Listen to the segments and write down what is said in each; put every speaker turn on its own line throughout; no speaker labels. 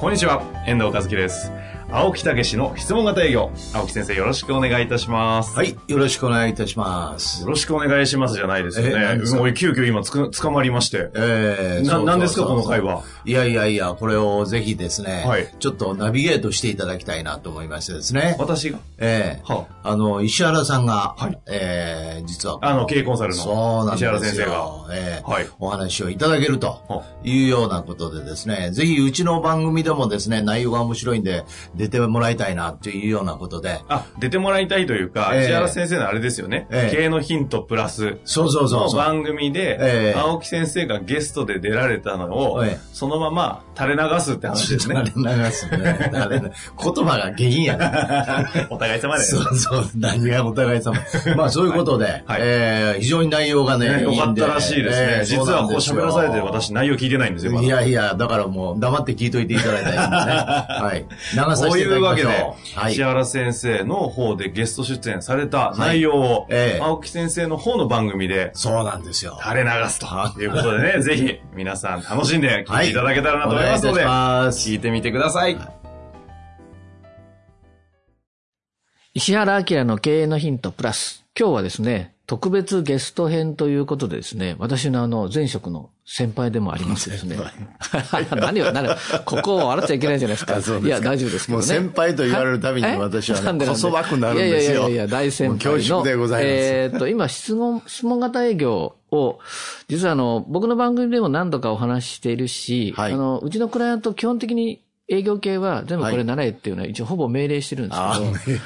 こんにちは、遠藤和樹です。青木武しの質問型営業。青木先生、よろしくお願いいたします。
はい、よろしくお願いいたします
よ。ろしくお願いしますじゃないですよ
え
ね
何。ですか
うん俺、急遽今つく、捕まりまして。
え
な
そうそうそう
なんですかこの会話
いやいやいや、これをぜひですね、
はい
ちょっとナビゲートしていただきたいなと思いましてですね、
私が
ええ
は
あの、石原さんが、
はい
ええ実は、
あの、経営コンサル
そうな
の
んです
石
よ。
原先生が。
ええ
はい
お話をいただけると
は
いうようなことでですね、ぜひうちの番組でもですね、内容が面白いんで、出てもらいたいなっていうようなことで、
あ、出てもらいたいというか、
ええ
石原先生のあれですよね。
ええ
経営のヒントプラス。
そうそうそう
の
そう。
番組
え
で、
え
青木先生がゲストで出られたのを
ええ、
そのまま垂れ流すって話ですね。
垂 れ流すね。あれね言葉が原因やね。
お互い様で。
そうそう、何がお互い様。まあそういうことで、
はい
えー非常に内容がね、
ねよ
いい
か
ん
っ
で
たらしいですね。
えー
実はこう
そ
喋
な
ら
んです
さ
よ
れてる私、内容聞いてないんですよ、まだ
いやいや、だからもう黙って聞いといていただいたいですね。はい。流させ
そう
てい
い
ただ
う
き
わ
ま
け
しょう。
で、
はい
石。原先生の方でゲスト出演された内容を、
ええ
青木先生の方の番組で
そうなんですよ。
垂れ流すということでね、ぜひ皆さん楽しんで聞いていただけたらなと思いますの
お願
で、
いいたします
聞いてみてください。
石原明の経営のヒントプラス。今日はですね、特別ゲスト編ということでですね、私のあの、前職の先輩でもありますですね。 何を、何を、ここを笑っちゃいけないじゃないですか。
あそう
い
です
や、
か
大丈夫ですけど
もう
ね。
先輩と言われるたびに
え
私はね
なんでなんで
こそばくなるんですよ
いやいやいやいや、大先輩の。
もう恐縮でございます
えーっと、今、質問、質問型営業を、実はあの、僕の番組でも何度かお話ししているし、
はい
あの、うちのクライアント基本的に営業系は全部これ習えっていうのは一応ほぼ命令してるんです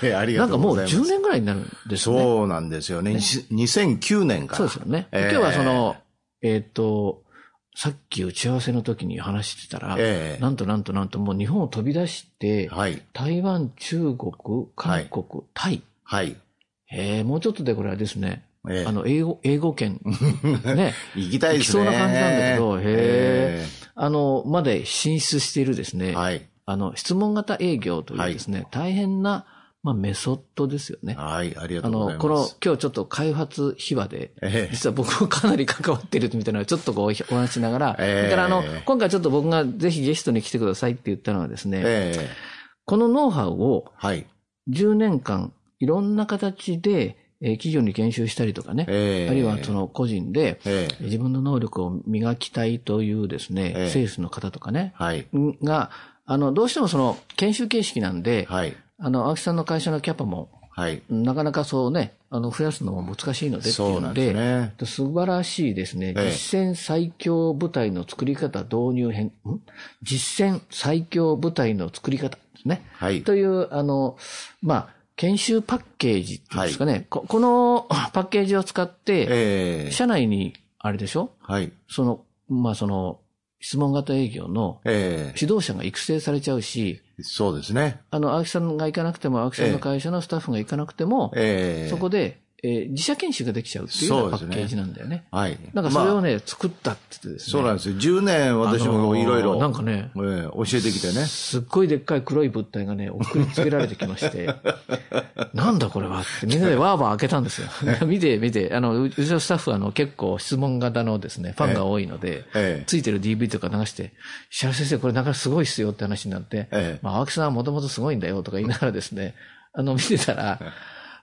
け
あ
ど、
ーありが
なん
とう
かも
ご
う
ざいます。
10年ぐらいになるんですね。
そうなんですよね。に2009年から。
そうですよね。
ええ
今日はその、えーっと、さっき打ち合わせの時に話してたら、
ええ
なんとなんとなんともう日本を飛び出して、
はい。
台湾、中国、韓国、タイ。
はい。
えーもうちょっとでこれはですね、
ええ
あの、英語、英語 圏、ね、
行きたいですね。
行きそうな感じなんだけどへー
え
あの、まで進出しているです
え
ね、
はい。
あの、質問型営業というですね、大変な、まあ、メソッドですよね。
はい、ありがと
あ
うござい
の、
ます。
この、今日ちょっと開発秘話で、
ええ
実は僕もかなり関わってるみたいなのをちょっとこうお話ししながら、
ええ
だからあの、今回ちょっと僕がぜひゲストに来てくださいって言ったのはですね、
ええ
このノウハウを
はい。
10年間いろんな形で、えー企業に研修したりとかね、
ええ
あるいはその個人で
ええ
自分の能力を磨きたいというですね、
ええ
セールスの方とかね、
はい。
が、あの、どうしてもその研修形式なんで、
はい。
あの、青木さんの会社のキャパも
はい。
なかなかそうね、あの、増やすのも難しいのでってい
そううな
の
んで
で、
すね。
素晴らしいですね。
ええ
実践最強部隊の作り方導入編、ん実践最強部隊の作り方ですね。
はい。
という、あの、まあ、研修パッケージっていうんですかね。ここの パッケージを使って、
ええ
社内に、あれでしょ
はい。
その、まあ、その、質問型営業の
ええ
指導者が育成されちゃうし、
そうですね。
あの、青木さんが行かなくても、青木さんの会社のスタッフが行かなくても、
ええ
そこで、えー自社研修ができちゃうっていうようなパ
そう
ッ
ですね
ケージなんだよね。
はい。
なんかそれを
まあ
ね、作ったって言ってですね。
そうなんですよ。10年私もいろい
あ
ろ、
のなんかね、
ええ教えてきてね。
すっごいでっかい黒い物体がね、送りつけられてきまして、 なんだこれはってみんなでわーわー開けたんです よ。見て見て、あの、ううちのスタッフはあの結構質問型のですね、ファンが多いので、
ええ
ついてる DV とか流して、石原先生これなかなかすごいっすよって話になって、
ええ
まあ青木さんはもともとすごいんだよとか言いながらですね、あの見てたら、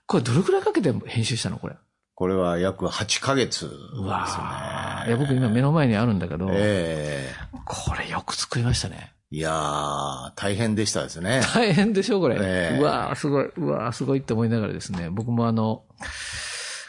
これどれくらいかけて編集したのこれ。
これは約8ヶ月です
うわーい
ね。
や、僕今目の前にあるんだけど、
ええ
これよく作りましたね。
いやー、大変でしたですね。
大変でしょ、これ。
ええ
うわーすごい。うわーすごいって思いながらですね、僕もあの、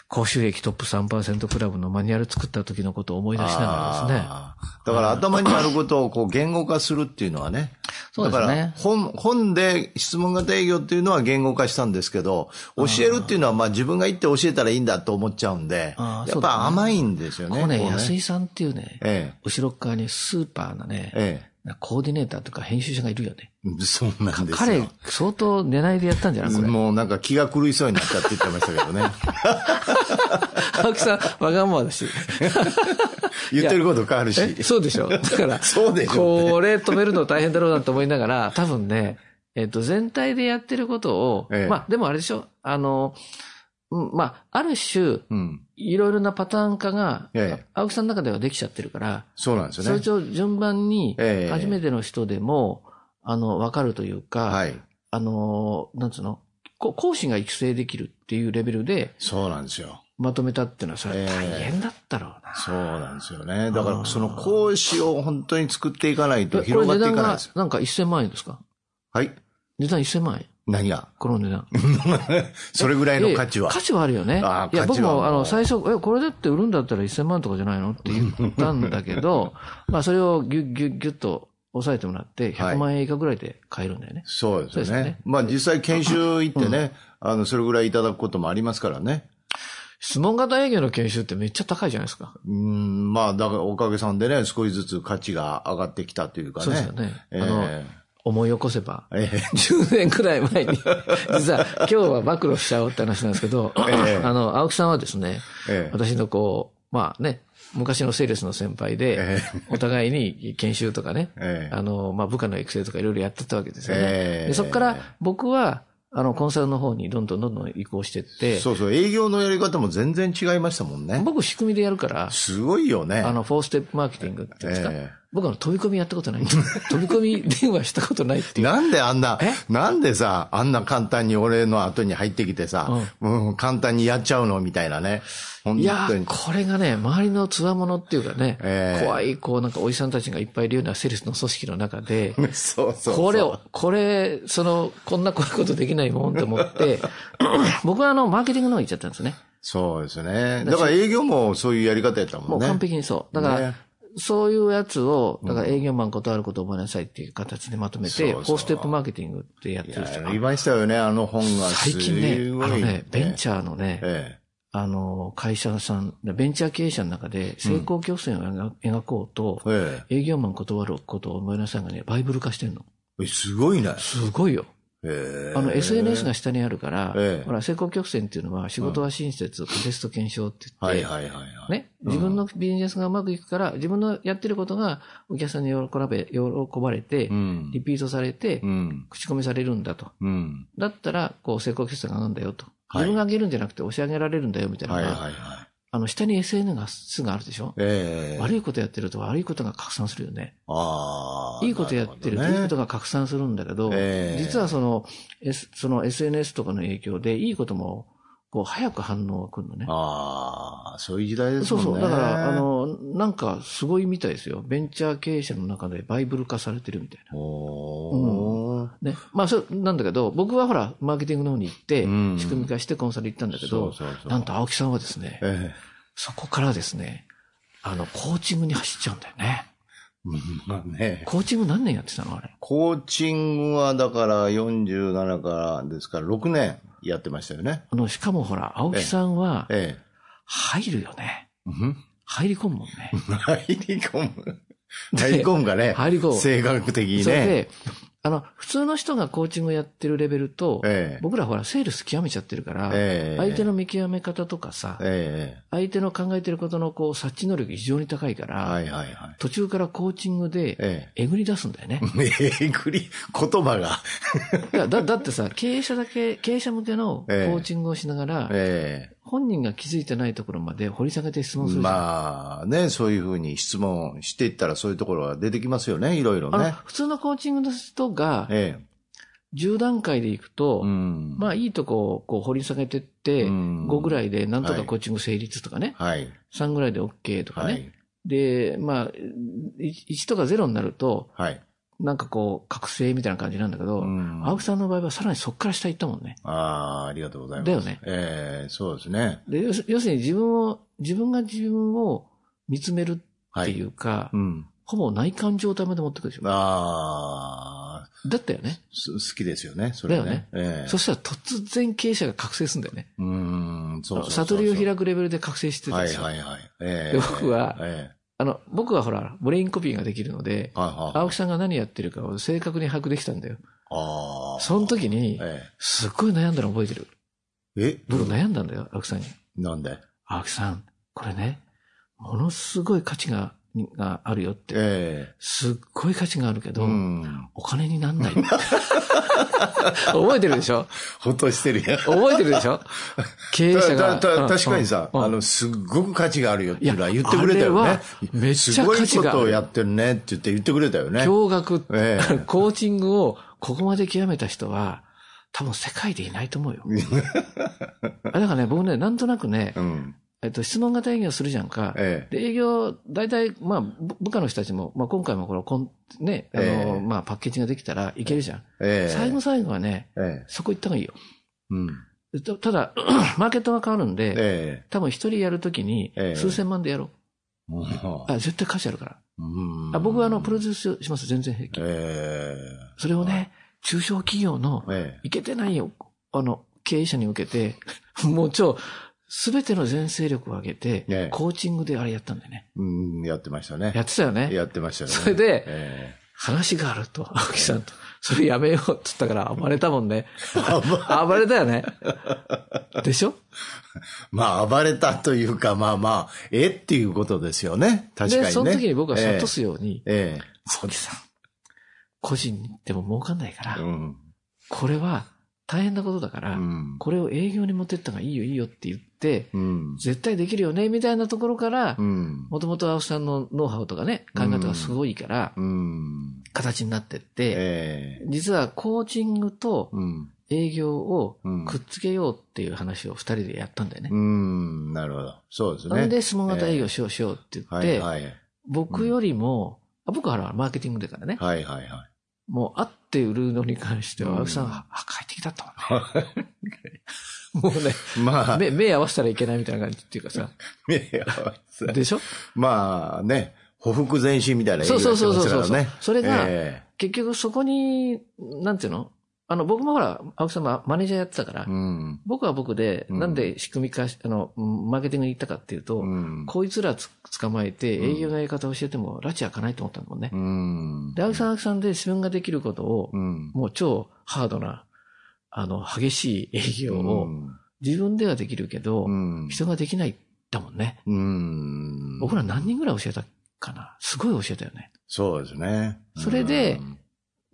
公衆益トップ3%クラブのマニュアル作った時のことを思い出しながらですね。
あーだから頭にあることをこう言語化するっていうのはね。
そうですね
だから本、本で質問型営業っていうのは言語化したんですけど、教えるっていうのはまあ自分が言って教えたらいいんだと思っちゃうんで、
あ
や
ー
っぱ甘いんですよ
こ
ね。
こね、
こう
安井さんっていうね、
ええ
後ろっ側にスーパーなね、
ええ
コーディネーターとか編集者がいるよね。
そうなんですよ。
彼、相当狙いでやったんじゃないこれ。
もうなんか気が狂いそうになったって言ってましたけどね。
青木さん、わがまま だし。
言ってること変わるし。
えそうでしょだから、
そうでしょうね
これ止めるの大変だろうなと思いな がら、多分ね、えっと、全体でやってることを、
ええ
まあ、でもあれでしょあの、うんまあ、ある種、
うん。
いろいろなパターン化が、
ええ
青木さんの中ではできちゃってるから、
そうなんです
それ
よ
を
ね。
順番に、
ええ
初めての人でも、あの、わかるというか、
はい。
あの、なんつうの、こ講師が育成できるっていうレベルで
そうなんですよ。
まとめたっていうのは、それは大変だったろうな。
そうなんですよね。だか
あー
ら、その講師を本当に作っていかない
え
と広がっていかないですよ。
なんか1000万円ですか
はい。
値段1000万円
何が
この値段。
それぐらいの価値は
ええ。価値はあるよね。
ああ
いや、
価
僕
値は
も、あ
も
の、
う
最初、え、これだって売るんだったら1000万とかじゃないのって言ったんだけ ど、まあ、それをギュッギュッギュッと抑えてもらって、
はい
100万円以下ぐらいで買えるんだよね。
そうですよ
そう
ね。
ですね
まあ実際研修行ってね、あの、それぐらいいただくこともありますからね。
質問型営業の研修ってめっちゃ高いじゃないですか。
うん、まあだからおかげさんでね、少しずつ価値が上がってきたというかね。
そうですよね。あ
ええ
の、思い起こせば、
ええ
10年くらい前に、 実は今日は暴露しちゃおうって話なんですけど、
ええ
あの、青木さんはですね、
ええ
私のこう、まあね、昔のセールスの先輩で、
え
お互いに研修とかね、
ええ
あの、まあ部下の育成とかいろいろやってたわけですよね。
ええ
でそこから僕は、あの、コンサルの方にどんどんどんどん移行してって、
そうそう、営業のやり方も全然違いましたもんね。
僕仕組みでやるから、
すごいよね。
あの、フォーステップマーケティングって言うんですか、
ええ
僕は飛び込みやっ たことないんです飛び込み電話したことないっていう。
なんであんな、なんでさ、あんな簡単に俺の後に入ってきてさ、うん簡単にやっちゃうのみたいなね。本
いや
当
ー、
に。
これがね、周りの強者っていうかね、
ええ
怖い、こう、なんかおじさんたちがいっぱいいるようなセリスの組織の中で、
そう そうそう。
これを、これ、その、こんなことできないもんと 思って、僕はあの、マーケティングの方行っちゃったんですね。
そうですね。だから営業もそういうやり方やったもんね。
もう完璧にそう。だから、
ね
そういうやつを、だから営業マン断ることを覚えなさいっていう形でまとめ
そう
て、
そう
フォーステップマーケティングってやってるんですよ
やりましたよね、あの本が。
最近ね、
すご
あ
い
のね、ベンチ
ャー。
ャーのね、
え
あの、会社さん、ベンチャー経営者の中で、成功曲線を描描こうと、
え。え
営業マン断ることを思いなさいがね、バイブル化してんの。
え。すごいね。
すごいよ。
ええ。
あの、SNS が下にあるから、
ええ
ほら、成功曲線っていうのは、仕事は親切、テスト検証って言っ
はい
て、
はいはいはい。
ね、自分のビジネスがうまくいくから、自分のやってることがお客さんに喜ばれ喜ばれて
う、ん。
リピートされて
う、ん。
口コミされるんだと。
うん。
だったら、こう、成功決算がなんだよと。
はい
自分が上げるんじゃなくて押し上げられるんだよみたいなの
はい
が、
はいはい。
あの、下に SNS がすぐあるでしょ、
ええ。
悪いことやってると悪いことが拡散するよね。
ああ。
いいことやってると
ない
い
ほ
こ
ど
とが拡散するんだけど、
ええ
実はその、S、その SNS とかの影響で、いいことも、こう、早く反応が来るのね。
ああ、そういう時代です
そう
もんね。
そう。だから、あ、の、なんか、すごいみたいですよ。ベンチャー経営者の中でバイブル化されてるみたい
おー
な。ね。まあ、そう、なんだけど、僕はほら、マーケティングの方に行って
う、ん
仕組み化してコンサル行ったんだけど、
そうそうそう
なんと青木さんはですね、
ええ。
そこからですね、あの、コーチングに走っちゃうんだよね。
うんまあね。
コーチング何年やってたのあれ。
コーチングはだから47からですから6年やってましたよね。
あの、しかもほら、青木さんは、
ええ。
入るよね。
うん
入り込むもんね。
入り込 む。入り込むがね。
入り込む
性格的に
それ
ね。
で、あの、普通の人がコーチングやってるレベルと、
ええ
僕らほら、セールス極めちゃってるから、
ええ
相手の見極め方とかさ、
ええ。
相手の考えてることのこう、察知能力非常に高いから、
はいはいはい。
途中からコーチングで、
え
えぐり出すんだよね。
え。えぐり、言葉が。
だだだってさ、経営者だけ、経営者向けのコーチングをしながら、
え
本人が気づいてないところまで掘り下げて質
え。
問するじゃん。
まあね、そういうふうに質問していったらそういうところが出てきますよね、いろいろ
あの、
ね。
普通のコーチングの人が、
え
10段階でいくと、
え。うん。
まあいいとこをこう掘り下げてって、
うん
5ぐらいでなんとか
はい
コーチング成立とかね、
はい。
3ぐらいで OK とかね、
はい。
で、まあ、1とか0になると、
はい。
なんかこう、覚醒みたいな感じなんだけど、
うん
青木さんの場合はさらにそっから下行ったもんね。
ああ、ありがとうございます。
だよね
ええそうですね。
で要す要するに自分を、自分が自分を見つめるっ
は
て
い。
いうか、
うん。
ほぼ内観状態まで持ってくるでしょ。
ああ、
だったよね。
す好きですよね、それはね。ええ
そしたら突然経営者が覚醒するんだよね。
うーん、そうそうそうそう。
悟りを開くレベルで覚醒してた
は
で
い
すよ。
はいはい。え
で僕は
え
あの、僕はほら、ブレインコピーができるので、
はいはい。
青木さんが何やってるかを正確に把握できたんだよ。
ああ。
その時に、
え
すっごい悩んだの覚えてる。
え。え
僕悩んだんだよ、青木さんに。
なんで
青木さん、これね、ものすごい価値が、にがあるよって。
え
すっごい価値があるけ
え。
ど、
うん。
お金 になんない。 覚えてるでしょ
ほっとしてるよ。
覚えてるでしょ経営者が。
たた
う
た
ん
確かにさ、
うん
あの、すっごく価値があるよっていうのは言ってくれたよ
いやあ
ね
れは。めっちゃ価値がある
すごいことをやってるねって言って言ってくれたよね。
驚愕、
ええ
コーチングをここまで極めた人は、多分世界でいない と思うよ。あだからね、僕ね、なんとなくね、
うん。
えっと、質問型営業するじゃんか。
ええ。
で、営業、大体、まあ、部部下の人たちも、まあ、今回もこの、こんね、あの、
ええ
まあ、パッケージができたらいけるじゃん。
ええ。
最後の最後はね、
ええ。
そこ行った方がいいよ。
うん。
でたただ、 マーケットが変わるんで、
え
多分一人やるときに
ええ、
数千万でやろう。
え。も
あ、絶対価値あるから。
ううん
あ僕はあの、プロデュースします。全然平気。
え
それをね、中小企業の
え。、え
いけてないよ、あの、経営者に向けて、 もうちょ、すべての全勢力を上げて、
ええ
コーチングであれやったんだよね。
え。うん、やってましたね。
やってたよね。
やってましたよね。
それで
え
話があると、青木さんと。それやめようって言ったから暴れたもんね。
え。まあ
暴れたよね。でしょ
まあ、暴れたというか、まあまあ、えっていうことですよね。確かにね。
で、その時に僕は諭すように、
ええ。
青木さん、個人でも儲かんないか
ええ。
ら、
うん。
これは大変なことだから、
うん
これを営業に持ってった方がいいよいいよって言って、
うん。
絶対できるよね、みたいなところから、
うん。
もともと青木さんのノウハウとかね、考え方がすごいから、
うん。
形になってって、
ええ。
実はコーチングと
うん。
営業を
うん
くっつけようっていう話を二人でやったんだよね
う。ん。なるほど。そうですね。
なんで相撲型営業しようしようって言っ
はい
て、
はい。
僕よりも、あ僕はほらマーケティングだからね、
はいはいは
もう会って売るのに関して
うん
は青木さんはあ快適だった もんね。もうね、
い。まあ、
目、目合わせたらいけないみたいな感じっていうか さ、
目合わせ
でしょ
まあね、ほふく前進みたいな
そうそうそうそう
営業
そう
してますからね
それが
え
結局そこに、なんていうのあの、僕もほら、青木さんはマネージャーやってたから
え、うん。
僕は僕で、
うん
なんで仕組み化し、あの、うんマーケティングに行ったかっていうと、
うん。
こいつらつ捕まえて、
うん
営業のやり方を教えても、拉致開かないと思ったんだもんね。
うん。
で、青木さん、青木さんで自分ができることを、
うん。
もう超ハードな、あの、激しい営業を、自分ではできるけど、
うん。
人ができないだもんね。
うん。
僕ら何人ぐらい教えたかなすごい教えたよね。
そうですね。
それで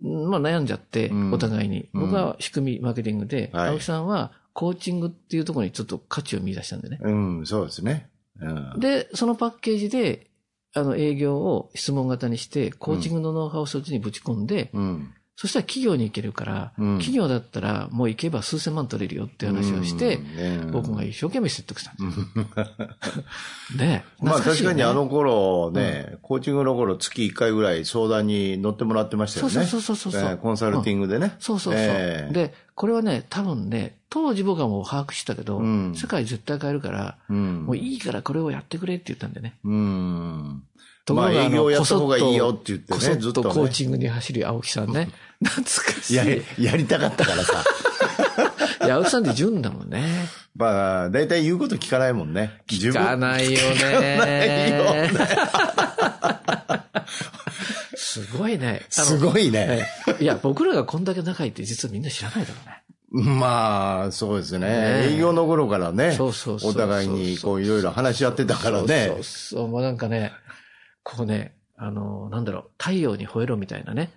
まあ悩んじゃって
う、ん
お互いに。
うん
僕は仕組み、マーケティングで、
はい
青木さんはコーチングっていうところにちょっと価値を見出したんでね。
うん、うん、そうですね。うん。
で、そのパッケージで、あの、営業を質問型にして、コーチングのノウハウをそっちにぶち込んで、
うん。
そしたら企業に行けるから、
うん
企業だったらもう行けば数千万取れるよって話をして、
うん
僕が一生懸命説得したん ですよ。ね
まあ
懐し
確
いよ
か
ね
にあの頃ね、コーチングの頃月1回ぐらい相談に乗ってもらってましたよ
そう
ね。
そうそうそうそう。
えーコンサルティ
グ。
ングでね。
そうそうそう。
ええ
で、これはね、多分ね、当時僕はもう把握してたけど、
うん
世界絶対変えるから、
うん。
もういいからこれをやってくれって言ったんでね。
うん。
とこ
まあ
ろが
営
の
業やっ
こ
た
そ
方
と
がいいよって言って
こそ
ね、ずっ
っと
とね。
コーチングに走る青木さ んね。懐かしい。
やり、やりたかったからさ。
いや、青木さんって純だもんね。
まあ、大体言うこと聞かないもんね。自
聞か
分、
ないよ ね。すごいね。あの
すごい
は
ね。
いいや、僕らがこんだけ仲いいって実はみんな知らないだろうね。
まあ、そうですね。
ねえ
営業の頃からね
そうそう、そう
お互いにこういろいろ話し合ってたから
そうそう
ね。
そう、もうなんかね、こうね、あの、なんだろう、太陽に吠えろみたい なね。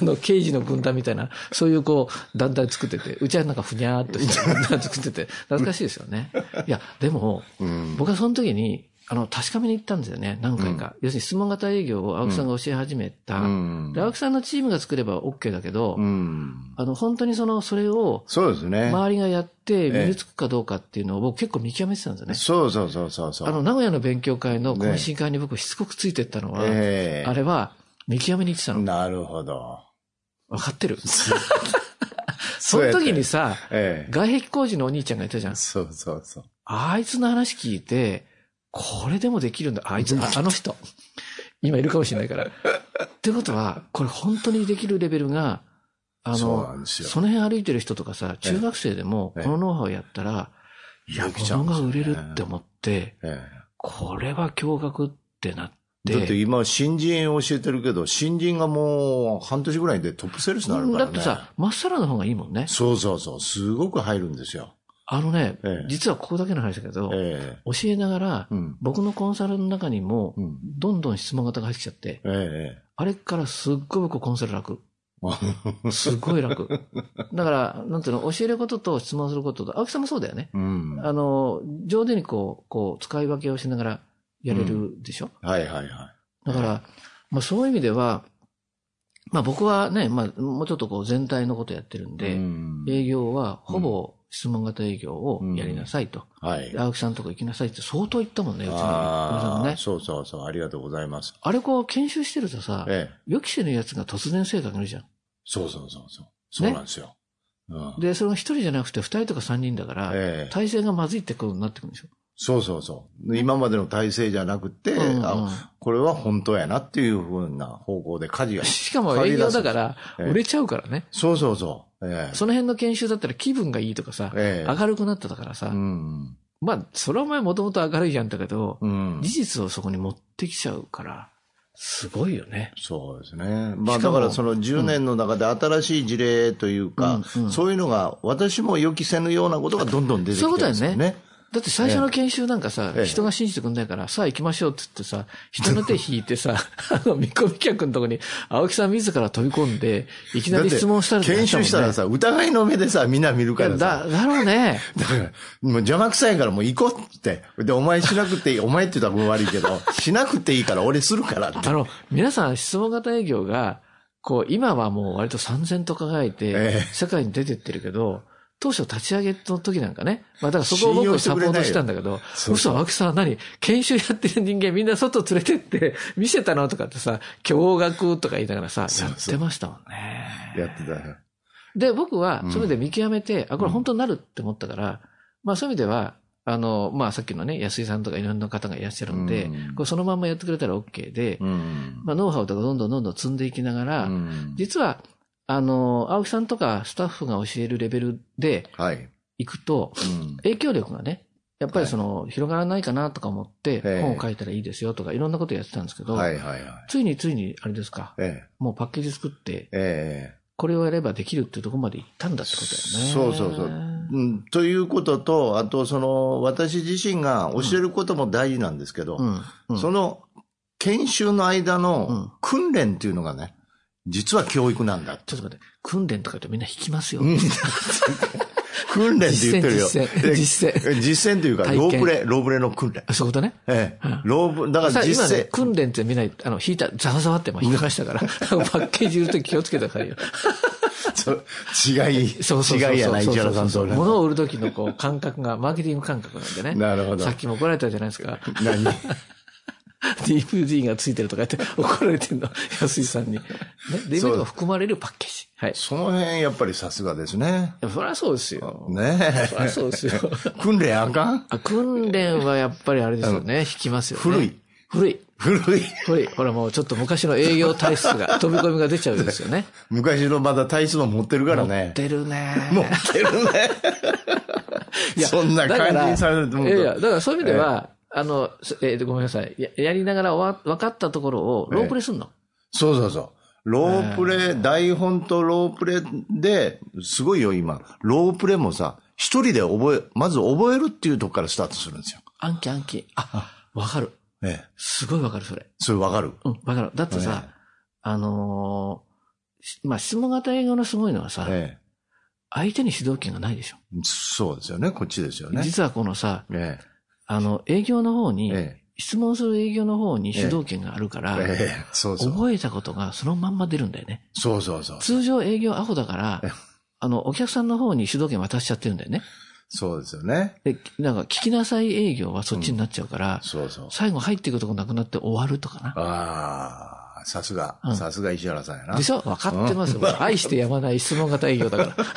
あの、刑事の軍団みたいな、そういうこう、団体作ってて、うちはなんかふにゃーっとした団体作ってて、懐かしいですよね。いや、でも、
うん
僕はその時に、あの、確かめに行ったんですよね、何回か。要するに質問型営業を青木さんが教え始めた。
うん
で、青木さんのチームが作れば OK だけど、
うん。
あの、本当にその、それを、
そうですね。
周りがやって
ええ
身につくかどうかっていうのを僕結構見極めてたんですよね。
そうそうそうそうそう。
あの、名古屋の勉強会の懇親会に僕しつこくついてったのは、
ええ
あれは見極めに行ってたの。
なるほど。
分かってる。 その時にさ、
ええ
外壁工事のお兄ちゃんがいたじゃん。
そうそうそう。
あいつの話聞いて、これでもできるんだ。あいつ、ああの人。今いるかもしれないから。ってことは、これ本当にできるレベルが、あの、
そうなんですよ
その辺歩いてる人とかさ、中学生でも
ええ
このノウハウやったら、
い
いや、物が売れるって
も。
思って、
ええ
これは驚愕ってってなっ
だって
て。
今、新人教えてるけど、新人がもう半年ぐらいでトップセールスになるか
だ
らね。
ってさ、まっさらの方がいいもんね。
そうそうそう、すごく入るんですよ。
あのね、
ええ
実はここだけの話だけど、
え
教えながら
え、うん。
僕のコンサルの中にも
う、ん。
どんどん質問型が入ってきちゃって、
ええ
あれからすっごい僕コンサル 楽。
ええ。
すごい楽。だから、なんていうの、教えることと質問することと、青木さんもそうだよね。
うん。は
あの、上手にこう、こう、使い分けをしながらやれるでしょ、
いはいはい。
だから、まあそういう意味では、まあ僕はね、まあもうちょっとこう全体のことやってるんで、
うん
営業はほぼ質問型営業をやりなさいと。
はい。
青木さんのとこ行きなさいって相当言ったもんね、うちの山田さん
あ
も
あ、
ね。
そうそうそう、ありがとうございます。
あれこう研修してるとさ、
ええ。
予期せぬやつが突然性格にじゃん。
そうそうそうそう。そうなんですよ。うん。
で、それが一人じゃなくて二人とか三人だから、
ええ
体制がまずいってことになってくるんでしょ。
そうそうそう。今までの体制じゃなくて、
うんうん
あ、これは本当やなっていうふうな方向で舵が。
しかも営業だから、
ええ
売れちゃうからね。
そうそうそう。ええ。
その辺の研修だったら気分がいいとかさ、
ええ
明るくなっただからさ、
うん。
まあ、それはお前もともと明るいじゃんだけど、
うん
事。実をそこに持ってきちゃうから、すごいよね。
そうですね。まあ
しか
だ
も
からその10年の中で新しい事例というか、
うんうん
そういうのが私も予期せぬようなことがどんどん出てきてるんです
そう
よ
いうことだよ
ね。
だって最初の研修なんかさ、
ええ
人が信じてくんないから、さあ行きましょうって言ってさ、人の手引いて さ、あの、見込み客のとこに、青木さん自ら飛び込んで、いきなり質問したら
だって研修したら
さ、
さ、疑いの目でさ、みんな見る
い
か
や
らさ。
だ、だろうね。
だから、 もう邪魔くさいからもう行こうって。で、お前しなくていい。お前って言ったら悪いけど、 しなくていいから俺するからって。
あの、皆さん質問型営業が、こう、今はもう割と三千と輝い
え
て
え、
社会に出てってるけど、当初立ち上げの時なんかね。まあだからそこを
信
僕
用
は
して
サ
く
ポ
れないよ
ートしたんだけど、
そう
嘘、青木さんは何研修やってる人間みんな外連れてって 見せたのとかってさ、驚愕とか言いながらさ、
そう
やっ
そう
てましたもんね。
やってたよ。
で、僕は
うん
それで見極めて、あ、これ本当になるって思ったから、まあそういう意味では、あの、まあさっきのね、安井さんとかいろんな方がいらっしゃるんで、
うん
これそのまんまやってくれたら OK で、
うん。
まあ、ノウハウとかどんどんどんどん積んでいきながら、
うん
実は、あの、青木さんとかスタッフが教えるレベルで
はい。
行くと、
うん
影響力がね、やっぱりその、広がらないかなとか思って、
ええ
本を書いたらいいですよとか、いろんなことやってたんですけど、
はいはいはい。
ついについに、あれですか、
え
もうパッケージ作って
え。、ええ。
これをやればできるっていうところまで行ったんだってことだよね。
そうそうそううん、ということと、あとその、私自身が教えることも大事なんですけど、
うん。うん
その、研修の間
う
の
ん
訓練っていうのがね、実は教育なんだって
ちょっと待って、訓練とか言ってみんな引きますよ。
ん訓練って言ってるよ。
実践、実践、実践。
え実践というか、
体
ロ
験
ープレ、ロープレの訓練。
あそういうことね。
ええ
うん。
ロープ、だか
さ
ら
あ今
実
ね
践、。
訓練って見ない、あの、引いた、ざわざわって今引きましたから、パ ッケージ売るとき気をつけてくださいよ。
そう違い、
そうそうそうそう。
違いやな、市原さんと俺
物を売るときのこう感覚が、マーケティング感覚なんでね。
なるほど
さっきも怒られたじゃないですか。
何
DVD がついてるとか言って怒られてんの、 安井さんに。ね、DVD が含まれるパッケージ。はい。
その辺、やっぱりさすがですね。
いやそりゃそうですよ。
ね
そりゃそ うですよ。
え。訓練あかん
あ訓練はやっぱりあれですよね。引きますよね。
古い。
古い。
古い。
古い。ほらもうちょっと昔の営業体質 が、飛び込みが出ちゃうんですよね。
昔のまだ体質も持ってるからね。
出るね。
持ってるね。そんな
だから
感じにされると思う
い
と
やいや、だからそういう意味では、あの、すえーとごめんなさい。ややりながらわ分かったところをロープレすんの。
そうそうそう。ロープレ、台本とロープレで、すごいよ、今。ロープレもさ、一人で覚え、まず覚えるっていうとこからスタートするんですよ。
暗記暗記。あ、分かる。
ええ。
すごい分かる、それ。
それわかる
うん、分かる。だってさ、あのーしまあ、質問型営業のすごいのはさ、
え
相手に主導権がないでしょ。
え。そうですよね、こっちですよね。
実はこのさ、
え
あの、営業の方
え。
に、
え
質問する営業の方に主導権があるから
え。、ええ。そうそう。
覚えたことがそのまんま出るんだよね。
そうそうそう。
通常営業アホだから
ええ、
あの、お客さんの方に主導権渡しちゃってるんだよね。
そうですよね。
で、なんか聞きなさい営業はそっちになっちゃうから、
そうそう。
最後入っていくとこなくなって終わるとかな。
ああ、さすが
う。ん
さすが石原さんやな。
でしょ分かってますよ。もう愛してやまない質問型営業だから。ってこ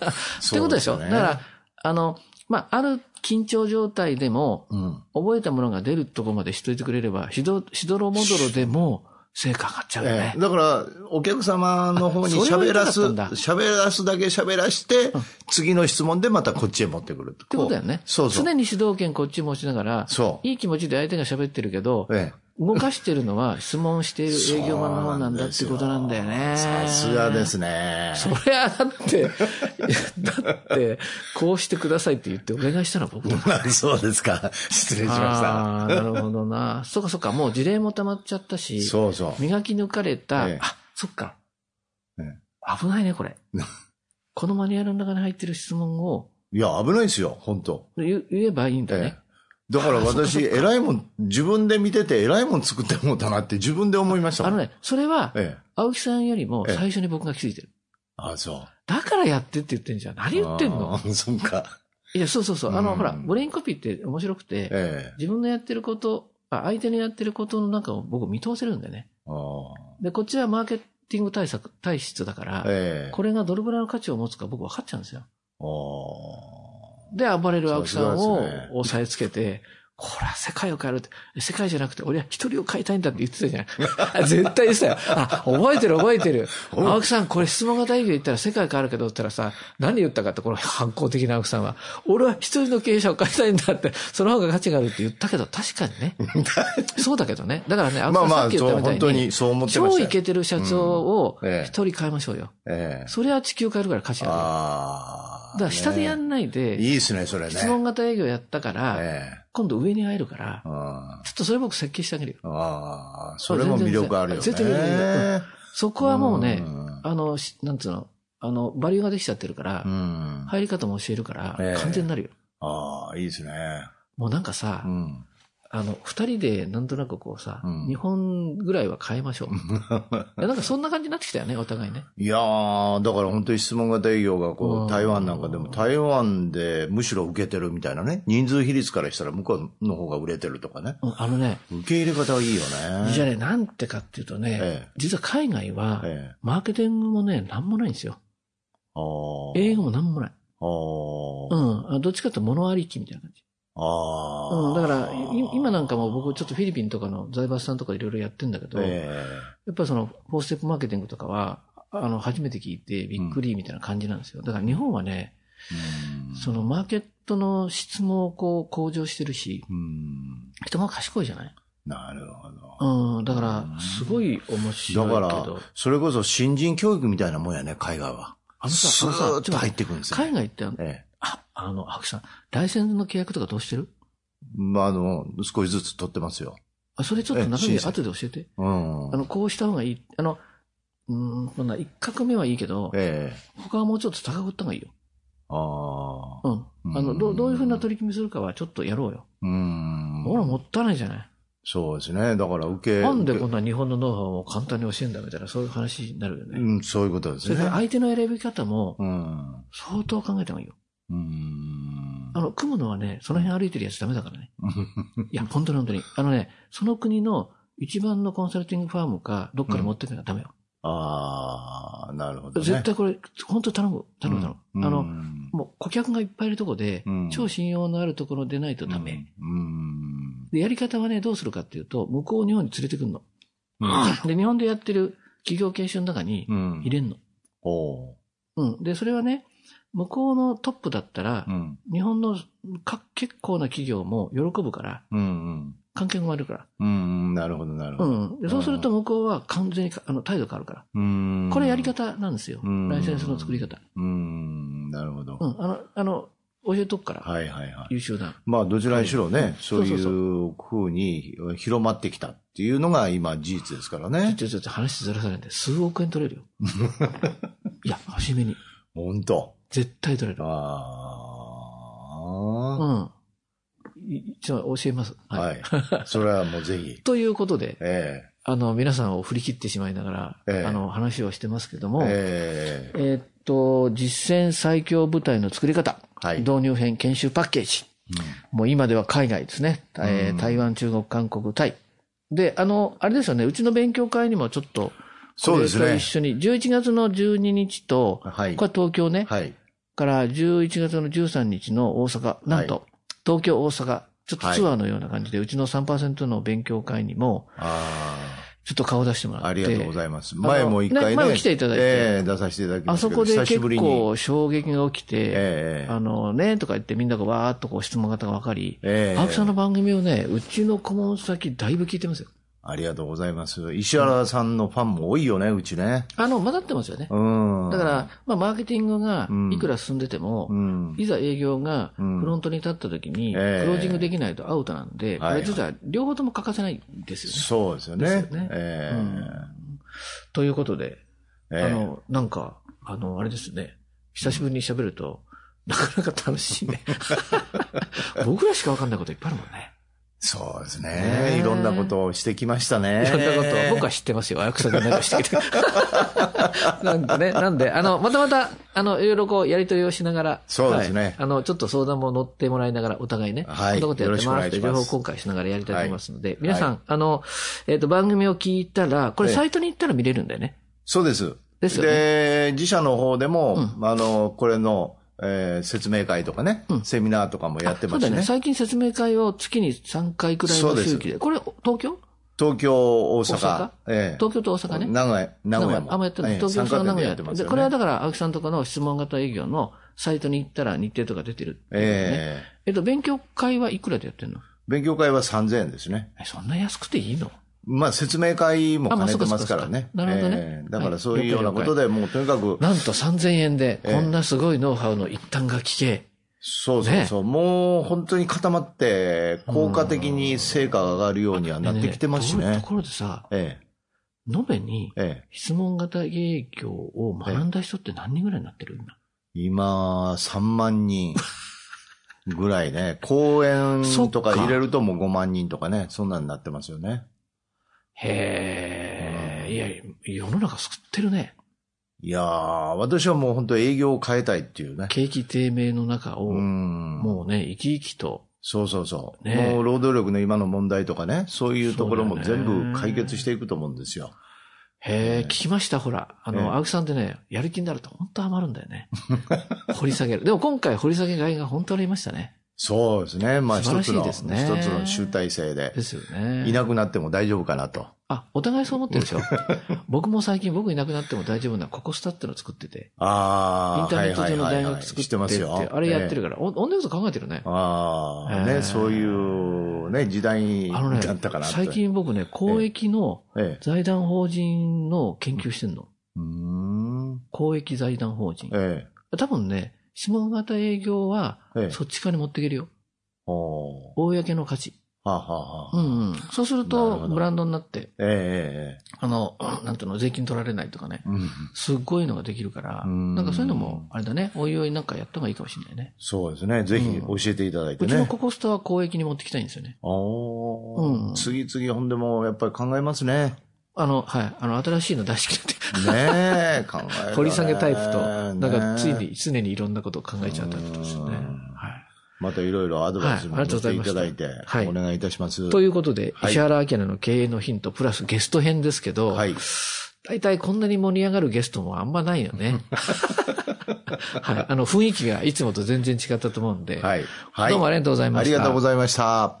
とでし ょ
そう
だ
すよね
から、あの、まあ、ある緊張状態でも、
うん。
覚えたものが出るとこまでしといてくれれば、しど、しどろもどろでも、成果上がっちゃうよ
え
ね
え、。だから、お客様の方に
あそれを言
喋
いた
ら
かっ
す、
たんだ
喋らすだけ喋らして、次の質問でまたこっちへ持ってくる。って
ってことだよね。
そうそう。
常に主導権こっち持ちながら、
そう
いい気持ちで相手が喋ってるけど、
ええ
動かしてるのは質問している営業マンの方なんだっていうことなんだよね。
さすがですね。
そりゃ、だって、いやだって、こうしてくださいって言ってお願いしたら僕だ。
そうですか。失礼しま
ああー、なるほどな。そっかそっか、もう事例も溜まっちゃったし、
した。そうそう。
磨き抜かれた、
ええ
あ、そっか
え。
危ないね、こ れ。このマニュアルの中に入ってる質問を
いや、危ないですよ、本当
言言えばいいんだ
え
ね
え。だから
あ
私、
そっかそっか
偉いもん、自分で見てて、偉いもん作ってもうたなって自分で思いましたも
あ
ん。
のね、それは、
ええ。
青木さんよりも
ええ
最初に僕が気づいてる。
あ、そう。
だからやってって言ってんじゃん。何言ってんの
あーそっ か。
いや、そうそうそう。あ
う
の、
ん
ほら、ブレインコピーって面白くて、
ええ。
自分のやってること、あ相手のやってることの中を僕見通せるんだよね。
あー
で、こっちはマーケティング対策、体質だから、
ええ。
これがどれぐらいの価値を持つか僕分かっちゃうんですよ。
あ
で、暴れる青木さん
そう
を
ですね
押さえつけて、 これは世界を変えるって、世界じゃなくて俺は一人を変えたいんだって言ってたじゃない 絶対言ってたよ。あ、覚えてる覚えて る。
うん
青木さん、これ質問型営業言ったら世界変わるけどって言ったらさ、何言ったかって、この反抗的な青木さんは、俺は一人の経営者を変えたいんだって、その方が価値があるって言ったけど、確かに ね。そうだけどね。だからね、
あ。
青
ま
木さ
あ
ん
ま
さっ
あ、
き言っ
そう、
たみたい
本
に、
当にそう思ってま
超
した
イ
よ。
ケてる社長を
うんええ
一人変えましょうよ。
ええ。
それは地球変えるから価値がある。
ああ。
だから下でや
ね
んないで、
いいですね、それね。
質問型営業やったから、
ええ。
今度上に会えるから、
あ
ちょっとそれ僕設計してあげるよ。
ーあー、それも魅力あるよね。
全然全然全そこはもうね
う、ん
あの、しなんつうの、あの、バリューができちゃってるから
う、ん。
入り方も教えるから
ええ、
完全になるよ。
ああ、いいですね。
もうなんかさ
う、ん。
あの、二人でなんとなくこうさ
うん、
日本ぐらいは変えま しょう。いやなんかそんな感じになってきたよね、お互いね。
いやー、だから本当に質問型営業がこ
うん
う、台湾なんかでも、台湾でむしろ受けてるみたいなね。人数比率からしたら向こうの方が売れてるとかね。
うんあのね、
受け入れ方はいいよね。
じゃあね、なんてかっていうとね、
ええ。
実は海外は、
ええ。
マーケティングもね、なんもないんですよ。
あー
英語もなんもない。う
あー。
ん。あどっちかっていうと物ありきみたいな感じ。
ああ。
うん、だから、い今なんかも僕ちょっとフィリピンとかの財閥さんとかいろいろやってんだけど、や
え
っぱりその、フォーステップマーケティングとかは、あの、初めて聞いてびっくりみたいな感じなんですよ。だから日本はね、
え。うん
そのマーケットの質もこう向上してるし、
うん。
人も賢いじゃない
なるほど。
うん、だから、すごい面白
だ
い
か
け
ら
ど、、
それこそ新人教育みたいなもんやね、海外は。
あのさ
ス
あのさ
ーッと入ってくるんですよ。
海外ってあの、
ええ。
あ、あの、白さん、ライセンスの契約とかどうしてる
まあ、あの、少しずつ取ってますよ。
あそれちょっと中
え
身
え
後で教えて。
うん
あ。の、こうした方がいい。あの、うーん、こんな、一画目はいいけど、
ええ。
他はもうちょっと高く売った方がいいよ。
ああ。
うん。あの、どうどういうふうな取り組みするかはちょっとやろうよ。
うん。
ほら、もったいないじゃない。
そうですね。だから受け。
なんで
受
こ
け
んな日本のノウハウを簡単に教えんだみたいな、そういう話になるよね。
うん、そういうことで
そ
す
れ
ね
から。相手の選び方も
うん。
相当考えた方がいいよ。
うん。
あの、組むのはね、その辺歩いてるやつダメ だからね。いや、本当に本当に。あのね、その国の一番のコンサルティングファームか、どっから持ってくのはダメよ。
ああ、なるほどね。
絶対これ、本当頼む、頼む、頼
う
む。
ん
あの、
うん
もう顧客がいっぱいいるとこで、
うん
超信用のあるところでないとダメ。
うん。
で、やり方はね、どうするかっていうと、向こうを日本に連れてくるの。
うん。
で、日本でやってる企業研修の中に
うん。
入れんの。
おう。
うん。で、それはね、向こうのトップだったら
う、ん。
日本のか結構な企業も喜ぶから、
うん。
関係が生まれるから。
うん。なるほど、なるほ
う
ど。
ん。で、そうすると向こうは完全にかあの態度変わるから。
うん。
これやり。方なんですよ。
うん
ライセンスの作り方。
うん。なるほど
う。ん。あの、あの、教えとくから、
はいはいはい。
優秀な。
まあ、どちらにしろね、そうい
そう
う風に広まってきたっていうのが今事実ですからね。
ちょちょちょ話ずらされんで、数億円取 れるよ。いや、初めに。
本当。
絶対取れる。
あ
うん。いちょ、教えます。
あ。はい。それはもうぜひ。
ということで、
え
あの、皆さんを振り切ってしまいながら、
ええ
あの、話をしてますけど
え
も、
え
え
え
ーっと、実践最強部隊の作り方、
はい
導入編研修パッケージ、もう今では海外ですね、えー
うん
台湾、中国、韓国、タイ。で、あの、あれですよね、うちの勉強会にもちょっと、
そうですね
これと一緒に、11月の12日と、
はい
これは東京ね、
はい。
から11月の13日の大阪、なんと、
は
東京、大阪、ちょっとツアーのような感じで、うちの3%の勉強会にも、
あ
ちょっと顔出してもらっ
あ。
て。
ありがとうございます。
の
前も一回ね。
ね前も来ていただいて
ええ出させていただきま
あ
した
そ
けど。
こで
久し
結
ぶりに。
構衝撃が起きて、
ええ
あのね、とか言ってみんながわーっとこう質問型が分かり、
ええ
青木さんの番組をね、うちの顧問先だいぶ聞いてますよ。
ありがとうございます。石原さんのファンも多いよね、うちね。
あの、混ざってますよね。
うん。
だから、まあ、マーケティングが
うん
いくら進んでても、
うん。
いざ営業がフ
ん
ロントに立った時に、クロ
ええ
ージングできないとアウトなんで、こ
はいは
れ
い
実は両方とも欠かせないんですよね。
そうですよ
で
ね。
すよね
ええ
うんということで、
ええ
あの、なんか、あの、あれですね、久しぶりに喋ると、なかなか楽しいね。 僕らしかわかんないこといっぱいあるもんね。
そうです
ね
ね。いろんなことをしてきましたね。
いろんなことは、僕は知ってますよ。あやくさんが何かし てきて。なんかね、なんで、あの、またまた、あの、いろいろこう、やり取りをしながら、
そうですね
はいあの、ちょっと相談も乗ってもらいながら、お互いね、
はい
こんなことやって
よろしくお
ま
願
す
い
って、
します
情報公開しながらやりたいと思いますので、皆さん、あの、えっ、と、番組を聞いたら、これ
ええ
サイトに行ったら見れるんだよね。
そうです。
ですよね
で自社の方でも、あの、これの、えー説明会とかね、セミナーとかもやって
そ
ま
う
す
だ
ね。
ね。最近説明会を月に3回くらいの周期で。これ、東京
東京、大阪、
大阪
ええ
東京と大阪ね。
名古屋、名古屋も。
あんまやってない。
ええ
東京
三
と
角点で
名古
や
屋
ってます
で、
よね。
これはだから、青木さんとかの質問型営業のサイトに行ったら日程とか出てる。
ええ
えっと、勉強会はいくらでやってんの
勉強会は3000円ですね。
えそんな安くていいの
まあ、説明会も兼ねてますからね。
あまあそうかそうかそうかなるほどね
ええだからそういうようなことで、もうとにかく、
なんと3000円で、
ええ
こんなすごいノウハウの一端が聞け。
そうそうそう、もう本当に固まって、効果的に成果が上がるようにはなってきてますし
ねえねえと
ね
こ。ろでさ、
え
延べに
え、ええ。
質問型営業を学んだ人って何人ぐらいになってる今。
今、3万人ぐらいね。公演とか入れるともう5万人とかね、そんなになってますよね。
へ
う
え、
ん
いや、世の中救ってるね。
いやー、私はもう本当営業を変えたいっていうね。
景気低迷の中を、
うん。
もうね、生き生きと。
そうそうそう。
ね
もう労働力の今の問題とかね、そういうところも
そうだよ
全
ね
部解決していくと思うんですよ。
へえ、
ええ
聞きました、ほら。あの、
ええ
青木さんってね、やる気になると本当余るんだよね。掘り下げる。でも今回掘り下げがいが本当ありましたね。
そうですね。まあ
素晴ら
一
し
つ
い
の、
で
一
す
つ
ね
の集大成で
で、すよね。
いなくなっても大丈夫かなと。
あ、お互いそう思ってるでしょ 僕も最近僕いなくなっても大丈夫なココスタっての作ってて、イ
あ
ン
あ、
ターネット上の
はいはいは
大
いは
学
い
作っ
知
て
ます
って
よ。
あれやってる
ええ
から、お女の子考えてるね。
ああ、
ええ
ね、そういう、ね、時代に
あの
な
ね
ったかな、って
最、近僕ね、公益の
ええ、
財団法人の研究してんの。
うーん、
公益財団法人。
ええ、
多分ね、下型営業は
ええ、
そっち側に持っていけるよ。
おー
公の価値。
はあ、はあは
う
あ、
んうん。そうする
なる
と、
ほど
ブランドになって、
えええええ
あの、 なんていうの、税金取られないとかね
え、。うん、
すっごいのができるから、
うん
なんかそういうのも、あれだね、おいおいなんかやった方がいいかもしれないね。
そうですね。ぜひ教えていただいて
う
ね。
ちのココスタは公益に持ってきたいんですよね。
おー
うん
次々ほんでもやっぱり考えます ね。
あの、はい。あの、新しいの出してきて、
ねえ、考えたね
掘り下げタイプと、なんか、つい。
ね
に、常にいろんなことを考えちゃうタイプですよね。
う
は
んまたいろいろアドバイスも
はいあり
し
がとうござ
て
い
い
ました
ただいて、
はい
お願いいたします。
い。ということで、
はい
石原明の経営のヒント、プラスゲスト編ですけど、
はい。
大体こんなに盛り上がるゲストもあんまない よね。はい。あの、雰囲気がいつもと全然違ったと思うんで、
はい。はい。
どうもありがとうございま
あ
し
り
た。
がとうございました。